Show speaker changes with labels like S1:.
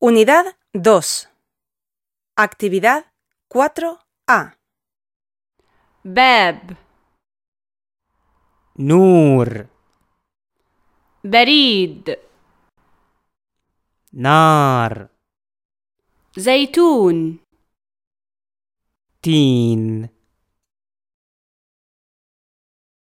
S1: Unidad 2. Actividad 4A.
S2: باب
S3: نور
S2: بريد
S3: نار
S2: زيتون
S3: تين